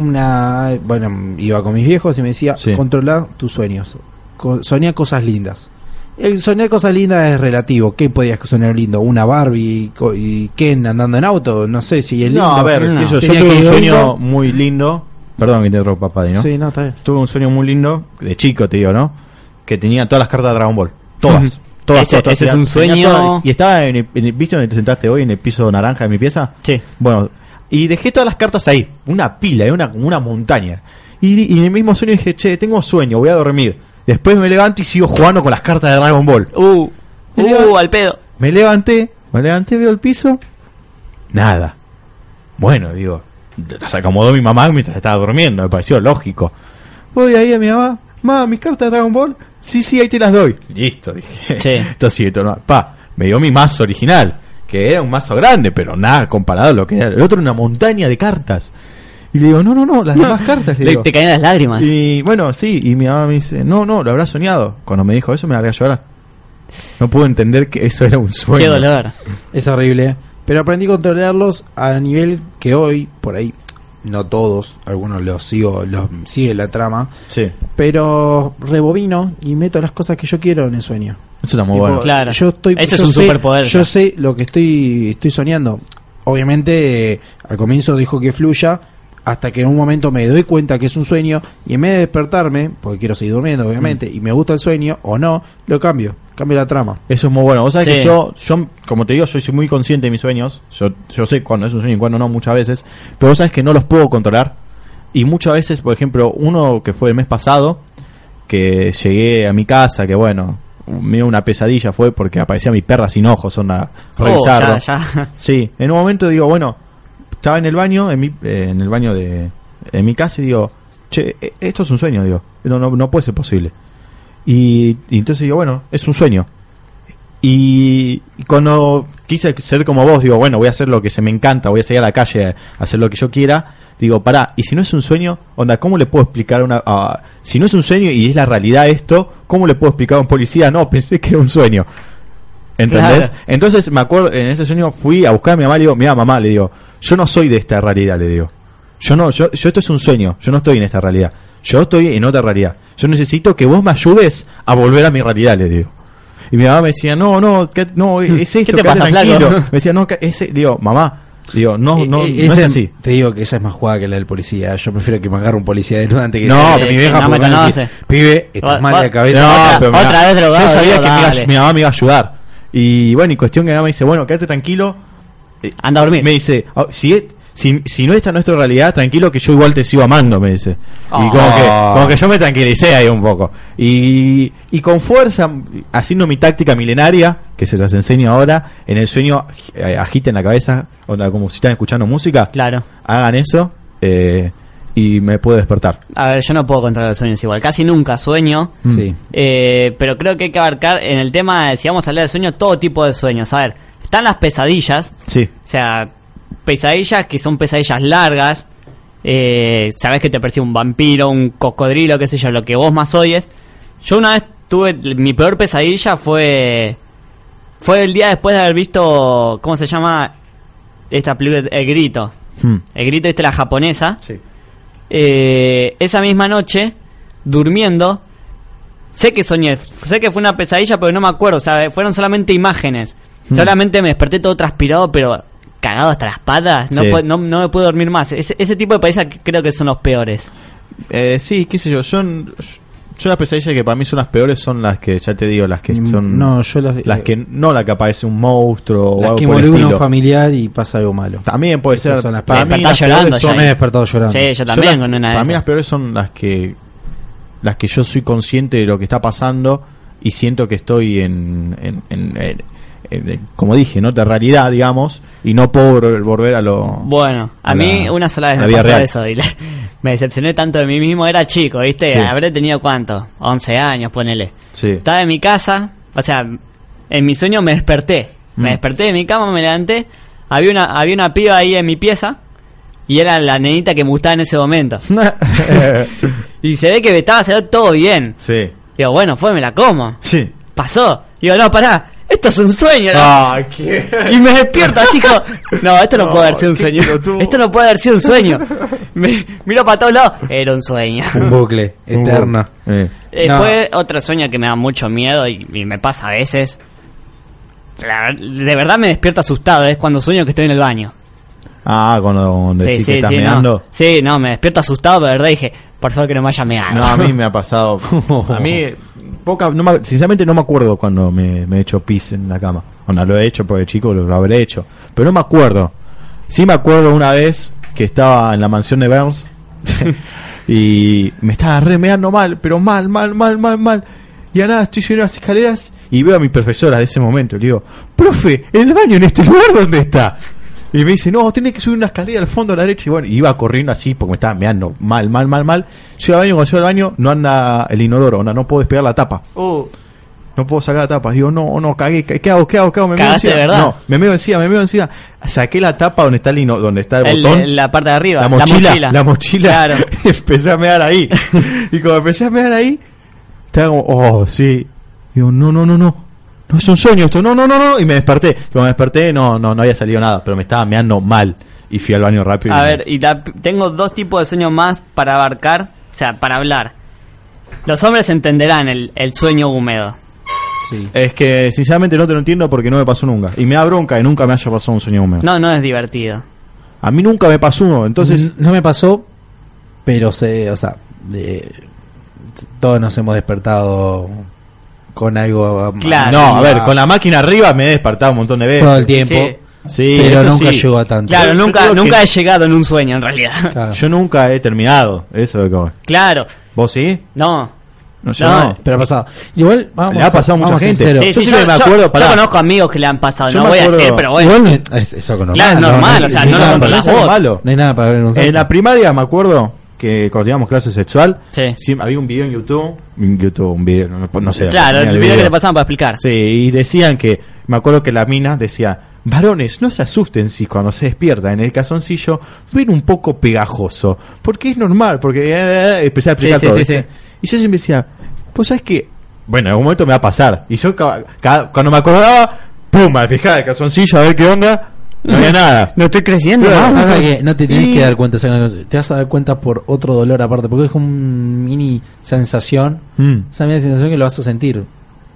Speaker 4: una... Bueno, iba con mis viejos y me decía,
Speaker 3: Sí.
Speaker 4: controla tus sueños. co- soñá cosas lindas. El soñar cosas lindas es relativo. ¿Qué podías soñar lindo? ¿Una Barbie y, co- y Ken andando en auto? No sé si es lindo.
Speaker 3: No, a ver,
Speaker 2: no.
Speaker 3: qué sé yo, yo
Speaker 4: Tenía
Speaker 3: tuve
Speaker 4: que
Speaker 3: un
Speaker 4: ir
Speaker 3: sueño
Speaker 4: lindo.
Speaker 3: muy lindo. Perdón que te interrumpa, Paddy, ¿no?
Speaker 4: Sí, no, está bien.
Speaker 3: Tuve un sueño muy lindo, de chico, te digo, ¿no? Que tenía todas las cartas de Dragon Ball. Todas. todas,
Speaker 2: Ese-
Speaker 3: todas, todas.
Speaker 2: ese es un
Speaker 3: Tenía
Speaker 2: sueño.
Speaker 3: todas. y estaba en el, en el- ¿Viste donde te sentaste hoy en el piso naranja de mi pieza?
Speaker 2: Sí.
Speaker 3: Bueno, y dejé todas las cartas ahí, una pila, eh, una, como una montaña. Y, y en el mismo sueño dije, che, tengo sueño, voy a dormir. Después me levanto y sigo jugando con las cartas de Dragon Ball.
Speaker 2: Uh, uh, al pedo.
Speaker 3: Me levanté, me levanté, veo el piso. Nada. Bueno, digo, las acomodó mi mamá mientras estaba durmiendo, me pareció lógico. Voy ahí a mi mamá, mamá, mis cartas de Dragon Ball. Sí, sí, ahí te las doy. Listo, dije.
Speaker 2: Sí.
Speaker 3: Entonces, esto no- pa, me dio mi mazo original, que era un mazo grande, pero nada comparado a lo que era. El otro era una montaña de cartas. Y le digo, no, no, no, las demás cartas. Le
Speaker 2: Le-
Speaker 3: digo.
Speaker 2: te caen las lágrimas.
Speaker 3: Y bueno, sí, y mi mamá me dice, no, no, lo habrá soñado. Cuando me dijo eso me largué a llorar. No pude entender que eso era un sueño.
Speaker 2: Qué dolor.
Speaker 4: Es horrible. ¿eh? Pero aprendí a controlarlos a nivel que hoy, por ahí, no todos, algunos los sigo, los sigue la trama,
Speaker 3: Sí,
Speaker 4: pero rebobino y meto las cosas que yo quiero en el sueño.
Speaker 3: eso está muy
Speaker 4: Tipo,
Speaker 3: bueno.
Speaker 2: Claro.
Speaker 4: Yo estoy,
Speaker 2: Ese es
Speaker 4: yo
Speaker 2: un
Speaker 4: sé-
Speaker 2: superpoder,
Speaker 4: Yo
Speaker 2: ya.
Speaker 4: sé lo que estoy, estoy soñando. Obviamente, eh, al comienzo dijo que fluya, hasta que en un momento me doy cuenta que es un sueño, y en vez de despertarme, porque quiero seguir durmiendo,
Speaker 2: Mm.
Speaker 4: obviamente, y me gusta el sueño o no, lo cambio, cambio la trama.
Speaker 3: Eso es muy bueno. Vos sabés
Speaker 2: Sí.
Speaker 3: que yo, yo, como te digo, yo soy muy consciente de mis sueños. Yo, yo sé cuándo es un sueño y cuándo no, muchas veces. Pero vos sabés que no los puedo controlar. Y muchas veces, por ejemplo, uno que fue el mes pasado, que llegué a mi casa, que bueno, medio una pesadilla fue porque aparecía mi perra sin ojos, son a
Speaker 2: Oh,
Speaker 3: revisarlo.
Speaker 2: ya, ya.
Speaker 3: Sí, en un momento digo, bueno, estaba en el baño, en mi, eh, en el baño de en mi casa y digo, che, e- esto es un sueño, digo, no, no, no puede ser posible. Y, y entonces digo, bueno, es un sueño. Y y cuando quise ser como vos, digo, bueno, voy a hacer lo que se me encanta, voy a salir a la calle a hacer lo que yo quiera, digo, pará, y si no es un sueño, onda, ¿cómo le puedo explicar a una... a- si no es un sueño y es la realidad esto, ¿cómo le puedo explicar a un policía? No, pensé que era un sueño. ¿Entendés?
Speaker 2: Claro.
Speaker 3: Entonces me acuerdo, en ese sueño fui a buscar a mi mamá y le digo, mira mamá, le digo, yo no soy de esta realidad, le digo. Yo no, yo, yo esto es un sueño, yo no estoy en esta realidad. Yo estoy en otra realidad. Yo necesito que vos me ayudes a volver a mi realidad, le digo. Y mi mamá me decía, no, no, que- no, es esto,
Speaker 2: ¿Qué te
Speaker 3: quédate
Speaker 2: pasa,
Speaker 3: tranquilo.
Speaker 2: flaco? E,
Speaker 3: Me decía, no, que- ese, digo, mamá, digo, no, no, no
Speaker 4: Eh, eh,
Speaker 3: es
Speaker 4: esa-
Speaker 3: así.
Speaker 4: Te digo que esa es más jugada que la del policía. Yo prefiero que me agarre un policía de nuevo antes que
Speaker 3: No,
Speaker 4: sea-
Speaker 3: pero mi
Speaker 2: que
Speaker 3: vieja
Speaker 2: no me
Speaker 3: por lo menos
Speaker 2: conoce.
Speaker 3: dice,
Speaker 4: Pibe, estás
Speaker 2: Va-
Speaker 4: mal de
Speaker 2: va-
Speaker 4: la cabeza.
Speaker 2: No,
Speaker 4: Acá.
Speaker 2: pero-
Speaker 3: mi
Speaker 2: otra
Speaker 3: mamá-
Speaker 2: vez drogado,
Speaker 3: Yo sabía
Speaker 2: digo,
Speaker 3: que mi,
Speaker 2: dale.
Speaker 3: ma- mi mamá me iba a ayudar. Y bueno, y cuestión que mi mamá me dice, bueno, quédate tranquilo. Eh,
Speaker 2: Anda a dormir.
Speaker 3: Me dice, "Ah, si, es- si, si no esta es nuestra realidad, tranquilo que yo igual te sigo amando, me dice. Y
Speaker 2: Oh.
Speaker 3: como que, como que yo me tranquilicé ahí un poco. Y, y con fuerza, haciendo mi táctica milenaria, que se las enseño ahora, en el sueño eh, agiten la cabeza, onda, como si están escuchando música,
Speaker 2: Claro.
Speaker 3: hagan eso eh, y me puedo despertar.
Speaker 2: A ver, yo no puedo controlar los sueños igual. Casi nunca sueño.
Speaker 4: Sí.
Speaker 2: Eh, pero creo que hay que abarcar en el tema, de, si vamos a hablar de sueños, todo tipo de sueños. A ver, están las pesadillas.
Speaker 3: Sí.
Speaker 2: O sea, pesadillas que son pesadillas largas. Eh, Sabes que te persigue un vampiro, un cocodrilo, qué sé yo, lo que vos más odies. Yo una vez tuve. Mi peor pesadilla fue. Fue el día después de haber visto. ¿Cómo se llama? Esta película, El Grito.
Speaker 3: Mm.
Speaker 2: El Grito, esta la japonesa. Eh, esa misma noche, durmiendo, sé que soñé, sé que fue una pesadilla, pero no me acuerdo, o sea, fueron solamente imágenes.
Speaker 3: Hmm.
Speaker 2: Solamente me desperté todo transpirado, pero cagado hasta las patas, no,
Speaker 3: Sí.
Speaker 2: pu- no, no me pude dormir más. Ese, ese tipo de pesadillas que creo que son los peores.
Speaker 3: Eh, sí, qué sé yo, yo, yo las pesadillas que para mí son las peores son las que, ya te digo, las que
Speaker 4: Mm,
Speaker 3: son...
Speaker 4: no, yo las- eh,
Speaker 3: las que no la que aparece un monstruo o
Speaker 4: Las
Speaker 3: algo
Speaker 4: que
Speaker 3: por el
Speaker 4: murió
Speaker 3: estilo.
Speaker 4: uno familiar y pasa algo malo.
Speaker 3: También puede
Speaker 4: Esas
Speaker 3: ser.
Speaker 4: son las
Speaker 3: para
Speaker 4: peores.
Speaker 3: mí
Speaker 2: Despertás
Speaker 3: las peores
Speaker 2: llorando,
Speaker 3: son-
Speaker 4: Yo me he
Speaker 2: Sí.
Speaker 4: despertado llorando.
Speaker 2: Sí, yo
Speaker 3: son
Speaker 2: también
Speaker 3: las-
Speaker 2: con una de
Speaker 3: Para mí las
Speaker 2: esas.
Speaker 3: peores son las que las que yo soy consciente de lo que está pasando y siento que estoy en, en- en- en- en- en- como dije, no de realidad, digamos, y no puedo vol- volver a lo
Speaker 2: Bueno, a
Speaker 3: a la-
Speaker 2: mí una sola vez
Speaker 3: la
Speaker 2: me
Speaker 3: vida
Speaker 2: pasó
Speaker 3: real.
Speaker 2: eso y la- me decepcioné tanto de mí mismo, era chico, ¿viste?
Speaker 3: Sí.
Speaker 2: Habré tenido cuánto, 11 años, ponele.
Speaker 3: Sí.
Speaker 2: Estaba en mi casa, o sea, en mi sueño me desperté. Me
Speaker 3: Mm.
Speaker 2: desperté de mi cama, me levanté. Había una, había una piba ahí en mi pieza y era la nenita que me gustaba en ese momento. Y se ve que estaba haciendo todo bien.
Speaker 3: sí.
Speaker 2: Digo, bueno, fue, me la como.
Speaker 3: Sí.
Speaker 2: Pasó. Digo, no, pará, esto es un sueño.
Speaker 3: Ah, qué-
Speaker 2: Y me despierto así como... No, esto no,
Speaker 3: No,
Speaker 2: puede haber sido un
Speaker 3: qué
Speaker 2: sueño.
Speaker 3: pelotudo.
Speaker 2: Esto no puede haber sido un sueño. Me, miro para todos lados. Era un sueño.
Speaker 4: Un bucle eterna.
Speaker 3: Eh.
Speaker 2: Después, otro sueño que me da mucho miedo y, y me pasa a veces. La- de verdad me despierto asustado, es cuando sueño que estoy en el baño.
Speaker 3: Ah, cuando decís que estás
Speaker 2: no.
Speaker 3: meando.
Speaker 2: Sí, no, me despierto asustado, pero de verdad dije, por favor que no me haya meado.
Speaker 3: No, a mí me ha pasado. A mí, poca, no me- sinceramente no me acuerdo cuando me, me he hecho pis en la cama. Bueno, lo he hecho porque chico lo, lo habré hecho. Pero no me acuerdo. Sí me acuerdo una vez que estaba en la mansión de Burns y me estaba remeando mal, pero mal, mal, mal, mal, mal. Y a nada, estoy subiendo las escaleras y veo a mi profesora de ese momento. Le digo, profe, ¿el baño en este lugar dónde está? Y me dice, no, tenés que subir una escalera al fondo a la derecha. Y bueno, iba corriendo así porque me estaba meando mal, mal, mal, mal. Llego al baño, cuando llego al baño, no anda el inodoro, onda, no puedo despegar la tapa.
Speaker 2: Uh,
Speaker 3: No puedo sacar la tapa. Digo, no, no, cagué, ca- ¿qué hago? ¿Qué hago? ¿Qué hago? Me meo
Speaker 2: Cagaste
Speaker 3: encima.
Speaker 2: de verdad.
Speaker 3: No, me meo encima, me meo encima. Saqué la tapa donde está el, ino- donde está el,
Speaker 2: el-
Speaker 3: botón.
Speaker 2: la parte de arriba,
Speaker 3: La mochila.
Speaker 2: mochila.
Speaker 3: La mochila.
Speaker 2: Claro.
Speaker 3: Y empecé a mear ahí. y cuando empecé a mear ahí, estaba como, oh, sí. Digo, no, no, no, no. No es un sueño esto. No, no, no, no. Y me desperté. Y cuando me desperté, no, no, no había salido nada. Pero me estaba meando mal. Y fui al baño rápido. y
Speaker 2: A
Speaker 3: me-
Speaker 2: ver, y la- tengo dos tipos de sueños más para abarcar, o sea, para hablar. Los hombres entenderán el, el sueño húmedo.
Speaker 4: Sí.
Speaker 3: Es que, sinceramente, no te lo entiendo porque no me pasó nunca. Y me da bronca que nunca me haya pasado un sueño húmedo.
Speaker 2: No, no es divertido.
Speaker 3: A mí nunca me pasó uno. Entonces,
Speaker 2: Mm,
Speaker 4: Entonces, no me pasó, pero sé, o sea, de- todos nos hemos despertado con algo. um,
Speaker 2: Claro.
Speaker 3: no, a ver, con la máquina arriba me he despertado un montón de veces.
Speaker 4: Todo el tiempo.
Speaker 2: Sí.
Speaker 3: Sí,
Speaker 4: pero
Speaker 3: eso
Speaker 4: nunca
Speaker 3: sí.
Speaker 4: llegó a tanto.
Speaker 2: Claro,
Speaker 3: yo
Speaker 2: nunca,
Speaker 3: creo que-
Speaker 2: nunca he llegado en un sueño en realidad.
Speaker 4: Claro.
Speaker 3: Yo nunca he terminado. Eso de que-
Speaker 2: Claro,
Speaker 3: ¿Vos sí?
Speaker 2: no.
Speaker 3: No, yo
Speaker 2: No,
Speaker 3: no.
Speaker 4: Pero ha pasado. Igual, vamos.
Speaker 3: Le ha
Speaker 4: a-
Speaker 3: pasado a mucha
Speaker 4: vamos
Speaker 3: gente.
Speaker 4: sinceros.
Speaker 3: Sí, yo siempre me acuerdo,
Speaker 2: yo
Speaker 3: pará.
Speaker 2: conozco amigos que le han pasado,
Speaker 3: Yo
Speaker 2: no
Speaker 3: me
Speaker 2: voy a
Speaker 3: acuerdo-
Speaker 2: decir, pero Ah, bueno. eh,
Speaker 4: Igual no es, es algo normal.
Speaker 2: Claro, normal, o sea, no lo
Speaker 4: nada para-
Speaker 2: controlás
Speaker 3: no es
Speaker 2: vos.
Speaker 3: malo.
Speaker 4: No hay nada para ver en un
Speaker 3: En
Speaker 4: salsa.
Speaker 2: eh.
Speaker 3: la primaria me acuerdo que cuando teníamos clase sexual,
Speaker 2: Sí.
Speaker 3: sí, había un video en YouTube, en YouTube, un video, no, no sé.
Speaker 2: Claro,
Speaker 3: tenía
Speaker 2: el video que te pasaban para explicar.
Speaker 3: Sí, y decían que, me acuerdo que la mina decía, varones, no se asusten si cuando se despierta en el calzoncillo ven un poco pegajoso, porque es normal, porque eh, eh, empecé a explicar
Speaker 2: Sí, sí,
Speaker 3: todo.
Speaker 2: sí,
Speaker 3: ¿viste?
Speaker 2: sí.
Speaker 3: Y yo siempre decía, pues sabes que, bueno, en algún momento me va a pasar. Y yo ca- ca- cuando me acordaba, pum, me fijaba el calzoncillo a ver qué onda, no había nada.
Speaker 2: No estoy creciendo.
Speaker 4: Lo que pasa es que no te tienes
Speaker 3: Y-
Speaker 4: que dar cuenta, o sea, te vas a dar cuenta por otro dolor aparte, porque es como un mini sensación,
Speaker 3: Mm.
Speaker 4: esa mini sensación que lo vas a sentir.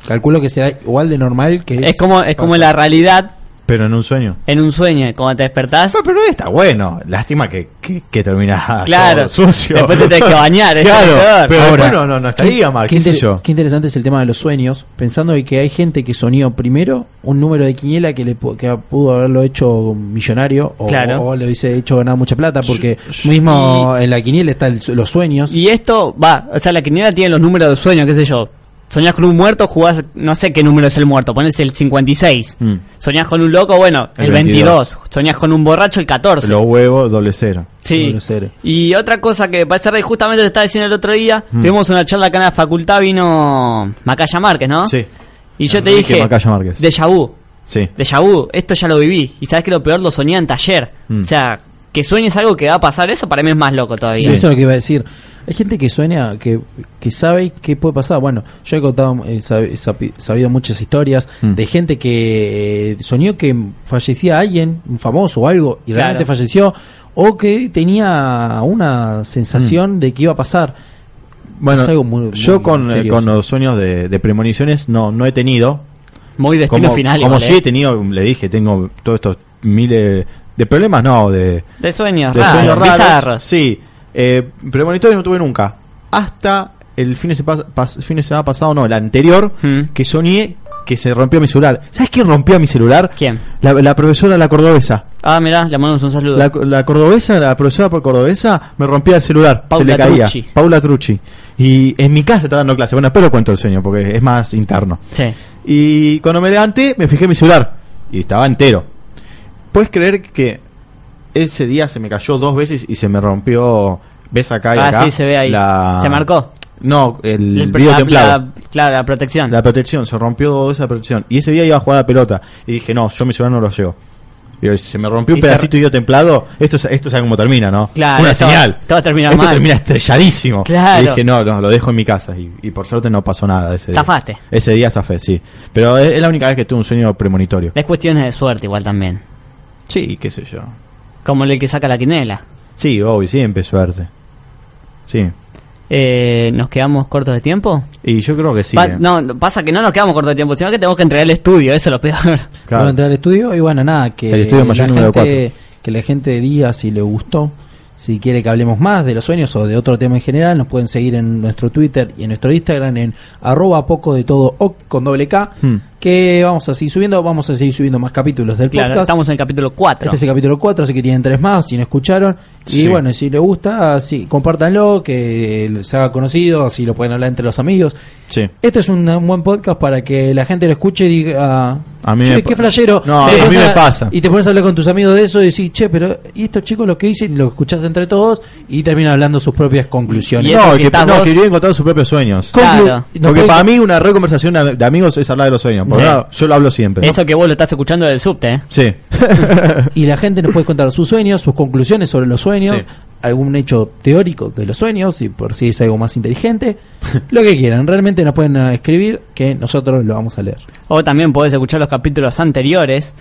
Speaker 4: Calculo que será igual de normal que
Speaker 2: Es como, es como la realidad
Speaker 3: Pero en un sueño.
Speaker 2: en un sueño. Cuando te despertás,
Speaker 3: No, Ah, pero está bueno. Lástima que, que, que terminás
Speaker 2: Claro.
Speaker 3: todo sucio.
Speaker 2: Después te tenés que bañar, eso es lo
Speaker 3: Claro,
Speaker 2: peor.
Speaker 3: pero
Speaker 4: Ahora,
Speaker 3: bueno, no, no estaría mal, qué, sé
Speaker 4: inter-
Speaker 3: yo.
Speaker 4: qué interesante es el tema de los sueños, pensando de que hay gente que soñó primero un número de quiniela que le pu- que pudo haberlo hecho millonario o,
Speaker 2: Claro.
Speaker 4: o le hubiese hecho ganar mucha plata, porque mismo en la quiniela está el su- los sueños.
Speaker 2: Y esto va, o sea, la quiniela tiene los números de sueño, qué sé yo. Soñás con un muerto, jugás, no sé qué número es el muerto, pones el 56.
Speaker 3: Mm.
Speaker 2: Soñás con un loco, bueno, el,
Speaker 3: El
Speaker 2: 22. Soñás con un borracho, el 14.
Speaker 3: Los huevos, doble cero.
Speaker 2: Sí.
Speaker 4: Doble cero.
Speaker 2: Y otra cosa que parece re, justamente te estaba diciendo el otro día,
Speaker 3: Mm.
Speaker 2: tuvimos una charla acá en la facultad, vino Macaya Márquez, ¿no?
Speaker 3: Sí.
Speaker 2: Y yo te
Speaker 3: Enrique
Speaker 2: dije,
Speaker 3: Macaya Márquez.
Speaker 2: déjà vu,
Speaker 3: Sí.
Speaker 2: déjà vu, esto ya lo viví. Y sabes que lo peor lo soñé en taller.
Speaker 3: Mm.
Speaker 2: O sea, que sueñes algo que va a pasar, eso para mí es más loco todavía.
Speaker 4: Sí, Eso es lo que iba a decir. Hay gente que sueña, que, que sabe qué puede pasar. Bueno, yo he contado, eh, sab- sapi- sabido muchas historias
Speaker 3: Mm.
Speaker 4: de gente que eh, soñó que fallecía alguien, un famoso o algo, y
Speaker 2: Claro.
Speaker 4: realmente falleció, o que tenía una sensación de que iba a pasar.
Speaker 3: Bueno,
Speaker 4: Es algo muy- muy
Speaker 3: yo con, eh,
Speaker 4: misterioso.
Speaker 3: con los sueños de, de premoniciones no, no he tenido.
Speaker 2: Muy destino
Speaker 3: Como,
Speaker 2: final.
Speaker 3: como
Speaker 2: igual,
Speaker 3: sí
Speaker 2: ¿eh?
Speaker 3: he tenido, le dije, tengo todos estos miles de problemas, no, de,
Speaker 2: De sueños,
Speaker 3: de
Speaker 2: raros,
Speaker 3: sueños raros.
Speaker 2: bizarros.
Speaker 3: Sí, eh, premonitorios no tuve nunca. Hasta el fin de, sepa- pas- fin de semana pasado, no, el anterior,
Speaker 2: Mm.
Speaker 3: que soñé que se rompió mi celular. ¿Sabes quién rompió mi celular?
Speaker 2: ¿Quién?
Speaker 3: La, la profesora, la cordobesa.
Speaker 2: Ah, mirá, le mandamos un saludo.
Speaker 3: La, la cordobesa, la profesora por cordobesa, me rompía el celular.
Speaker 2: Paula
Speaker 3: se le caía.
Speaker 2: Trucci.
Speaker 3: Paula Trucci. Y en mi casa estaba dando clase. Bueno, después lo cuento el sueño porque es más interno.
Speaker 2: Sí.
Speaker 3: Y cuando me levanté, me fijé en mi celular. Y estaba entero. ¿Puedes creer que ese día se me cayó dos veces y se me rompió. ¿Ves acá y
Speaker 2: Ah,
Speaker 3: acá?
Speaker 2: sí, se ve ahí.
Speaker 3: La-
Speaker 2: ¿Se marcó?
Speaker 3: No, el,
Speaker 2: El-
Speaker 3: vidrio
Speaker 2: la-
Speaker 3: templado.
Speaker 2: la- claro, la protección.
Speaker 3: La protección, se rompió dos veces la protección. Y ese día iba a jugar a la pelota. Y dije, no, yo mi celular no lo llevo. Y se me rompió un
Speaker 2: Y se-
Speaker 3: pedacito de hilo templado. Esto es, esto es algo como termina, ¿no?
Speaker 2: Claro,
Speaker 3: Una
Speaker 2: esto-
Speaker 3: señal.
Speaker 2: todo termina
Speaker 3: Esto
Speaker 2: mal.
Speaker 3: termina estrelladísimo.
Speaker 2: Claro.
Speaker 3: Y dije, no, no, lo dejo en mi casa. Y, y por suerte no pasó nada ese día.
Speaker 2: Zafaste.
Speaker 3: Ese día zafé, sí. Pero es, es la única vez que tuve un sueño premonitorio.
Speaker 2: Es cuestiones de suerte igual también.
Speaker 3: Sí, qué sé yo.
Speaker 2: Como el que saca la quinela.
Speaker 3: Sí, obvio, siempre suerte. Sí.
Speaker 2: eh, nos quedamos cortos de tiempo.
Speaker 3: Y yo creo que sí.
Speaker 2: Pa-
Speaker 3: eh.
Speaker 2: no, no, pasa que no nos quedamos cortos de tiempo, sino que tenemos que entregar el estudio, eso es lo peor.
Speaker 3: Claro.
Speaker 4: Vamos a entrar al estudio y bueno, nada, que
Speaker 3: El estudio mayor
Speaker 4: la
Speaker 3: número
Speaker 4: gente, que la gente diga si le gustó, si quiere que hablemos más de los sueños o de otro tema en general, nos pueden seguir en nuestro Twitter y en nuestro Instagram en arroba poco de todo o con doble K,
Speaker 3: Hmm.
Speaker 4: que vamos a seguir subiendo, vamos a seguir subiendo más capítulos del
Speaker 2: Claro,
Speaker 4: podcast.
Speaker 2: estamos en el capítulo 4.
Speaker 4: Este es el capítulo 4, así que tienen tres más, si no escucharon. Y
Speaker 3: Sí.
Speaker 4: bueno, si les gusta, sí, compártanlo, que se haga conocido, así lo pueden hablar entre los amigos.
Speaker 3: Sí.
Speaker 4: Este es un, un buen podcast para que la gente lo escuche y diga, "Ah,
Speaker 3: A mí
Speaker 4: che,
Speaker 3: me
Speaker 4: qué
Speaker 3: pa-
Speaker 4: flashero.
Speaker 3: No,
Speaker 4: Te
Speaker 3: a mí
Speaker 4: pones
Speaker 3: me pasa.
Speaker 4: Y te pones a hablar con tus amigos de eso y decís, che, pero ¿y estos chicos lo que dicen? Lo escuchás entre todos y terminan hablando sus propias conclusiones.
Speaker 2: Y eso
Speaker 3: no,
Speaker 2: que
Speaker 3: que,
Speaker 2: estás
Speaker 3: no,
Speaker 2: vos-
Speaker 3: que quiere encontrar sus propios sueños.
Speaker 4: Conclu-
Speaker 2: Claro.
Speaker 4: no
Speaker 3: Porque
Speaker 4: puede-
Speaker 3: para mí una reconversación de de amigos es hablar de los sueños. Por
Speaker 2: Sí.
Speaker 3: ahora yo lo hablo siempre.
Speaker 2: Eso que vos lo estás escuchando del subte, ¿eh?
Speaker 3: Sí.
Speaker 4: Y la gente nos puede contar sus sueños, sus conclusiones sobre los sueños,
Speaker 3: Sí.
Speaker 4: algún hecho teórico de los sueños, y por si es algo más inteligente, lo que quieran. Realmente nos pueden eh, escribir que nosotros lo vamos a leer.
Speaker 2: O también podés escuchar los capítulos anteriores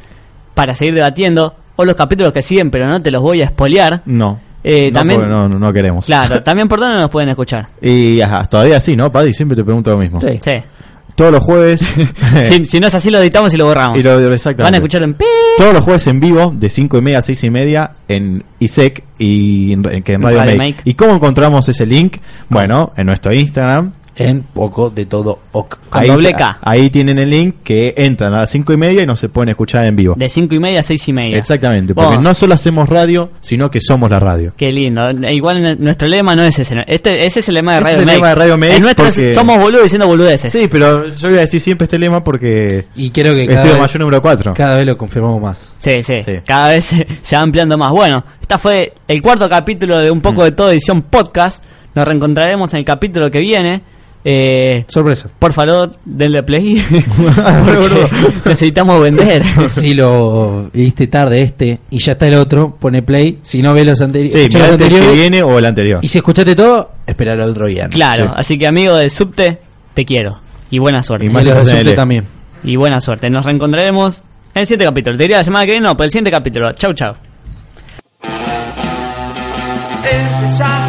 Speaker 2: para seguir debatiendo. O los capítulos que siguen, pero no te los voy a espolear.
Speaker 3: no.
Speaker 2: Eh,
Speaker 3: no,
Speaker 2: también-
Speaker 3: porque no, no, no queremos.
Speaker 2: Claro, también por dónde nos pueden escuchar.
Speaker 3: Y ajá, todavía sí, ¿no, Paddy? Siempre te pregunto lo mismo.
Speaker 4: Sí.
Speaker 2: Sí.
Speaker 3: Todos los jueves.
Speaker 2: Si, si no es así, lo editamos y lo borramos.
Speaker 3: y lo- exactamente.
Speaker 2: Van a escuchar en pi.
Speaker 3: Todos los jueves en vivo, de 5 y media a 6 y media, en ISEC y en, en- que en
Speaker 2: En
Speaker 3: Radio,
Speaker 2: Radio
Speaker 3: Make.
Speaker 2: Make.
Speaker 3: ¿Y cómo encontramos ese link? Bueno, en nuestro Instagram.
Speaker 4: En poco de todo ok.
Speaker 2: Con doble K.
Speaker 3: ahí tienen el link que entran a las 5 y media y nos se pueden escuchar en vivo.
Speaker 2: De 5 y media a 6 y media.
Speaker 3: Exactamente,
Speaker 2: Vos,
Speaker 3: porque no solo hacemos radio, sino que somos la radio.
Speaker 2: Qué lindo. Igual n- nuestro lema no es ese. ¿no? Este, ese es el lema de
Speaker 3: Ese
Speaker 2: Radio
Speaker 3: es el
Speaker 2: Make.
Speaker 3: lema de Radio Make
Speaker 2: El nuestro es
Speaker 3: porque-
Speaker 2: somos boludos diciendo boludeces.
Speaker 3: Sí, pero yo voy a decir siempre este lema porque
Speaker 4: Y creo que cada
Speaker 3: estudio
Speaker 4: vez,
Speaker 3: mayor número 4.
Speaker 4: cada vez lo confirmamos más.
Speaker 2: Sí, sí,
Speaker 3: Sí.
Speaker 2: Cada vez se, se va ampliando más. Bueno, esta fue el cuarto capítulo de Un
Speaker 3: Mm.
Speaker 2: poco de todo edición podcast. Nos reencontraremos en el capítulo que viene. Eh,
Speaker 4: Sorpresa.
Speaker 2: por favor, denle play. porque necesitamos vender.
Speaker 4: si lo viste tarde este y ya está el otro, pone play. Si no ve los, anteri-
Speaker 3: Sí,
Speaker 4: escuchá
Speaker 3: mirá
Speaker 4: los
Speaker 3: el
Speaker 4: anteriores.
Speaker 3: que viene o el anterior.
Speaker 4: Y si escuchaste todo, esperar al otro viernes.
Speaker 2: Claro.
Speaker 3: Sí.
Speaker 2: Así que, amigo del subte, te quiero. Y buena suerte.
Speaker 3: Y
Speaker 4: Y
Speaker 3: más
Speaker 4: los de
Speaker 3: hacen el
Speaker 4: subte
Speaker 3: E.
Speaker 4: también.
Speaker 2: Y buena suerte. Nos reencontraremos en el siguiente capítulo. Te diría la semana que viene, no, pero el siguiente capítulo. Chau, chau.
Speaker 1: empezar